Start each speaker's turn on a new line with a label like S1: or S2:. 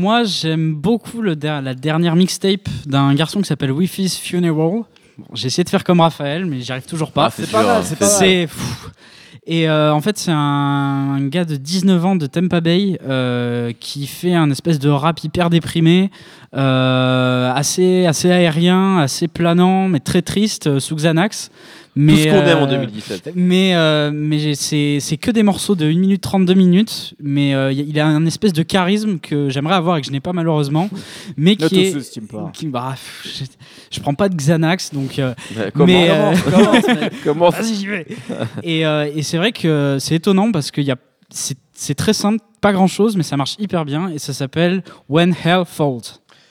S1: Moi, j'aime beaucoup le der- la dernière mixtape d'un garçon qui s'appelle Wi-Fi's Funeral. Bon, J'ai essayé de faire comme Raphaël, mais j'y arrive toujours pas.
S2: Ah, c'est
S3: C'est pas
S2: dur,
S3: mal,
S2: hein.
S3: c'est pas mal.
S1: C'est fou. Et euh, en fait, c'est un, un gars de 19 ans de Tampa Bay euh, qui fait un espèce de rap hyper déprimé, euh, assez, assez aérien, assez planant, mais très triste, euh, sous Xanax. Mais,
S2: Tout ce qu'on aime en
S1: euh,
S2: 2017.
S1: mais, euh, mais j'ai- c'est c'est que des morceaux de 1 minute 32 minutes, mais euh, y a- il a un espèce de charisme que j'aimerais avoir et que je n'ai pas malheureusement, mais
S3: Ne
S1: qui est...
S3: t'autostime pas.
S1: qui- bah, pff, je, je prends pas de Xanax, donc... euh,
S2: Mais Comment
S1: mais, euh,
S2: Comment
S1: Vas-y, j'y vais. et euh, et c'est vrai que c'est étonnant parce que y a- c'est c'est très simple, pas grand chose, mais ça marche hyper bien et ça s'appelle When Hell Falls.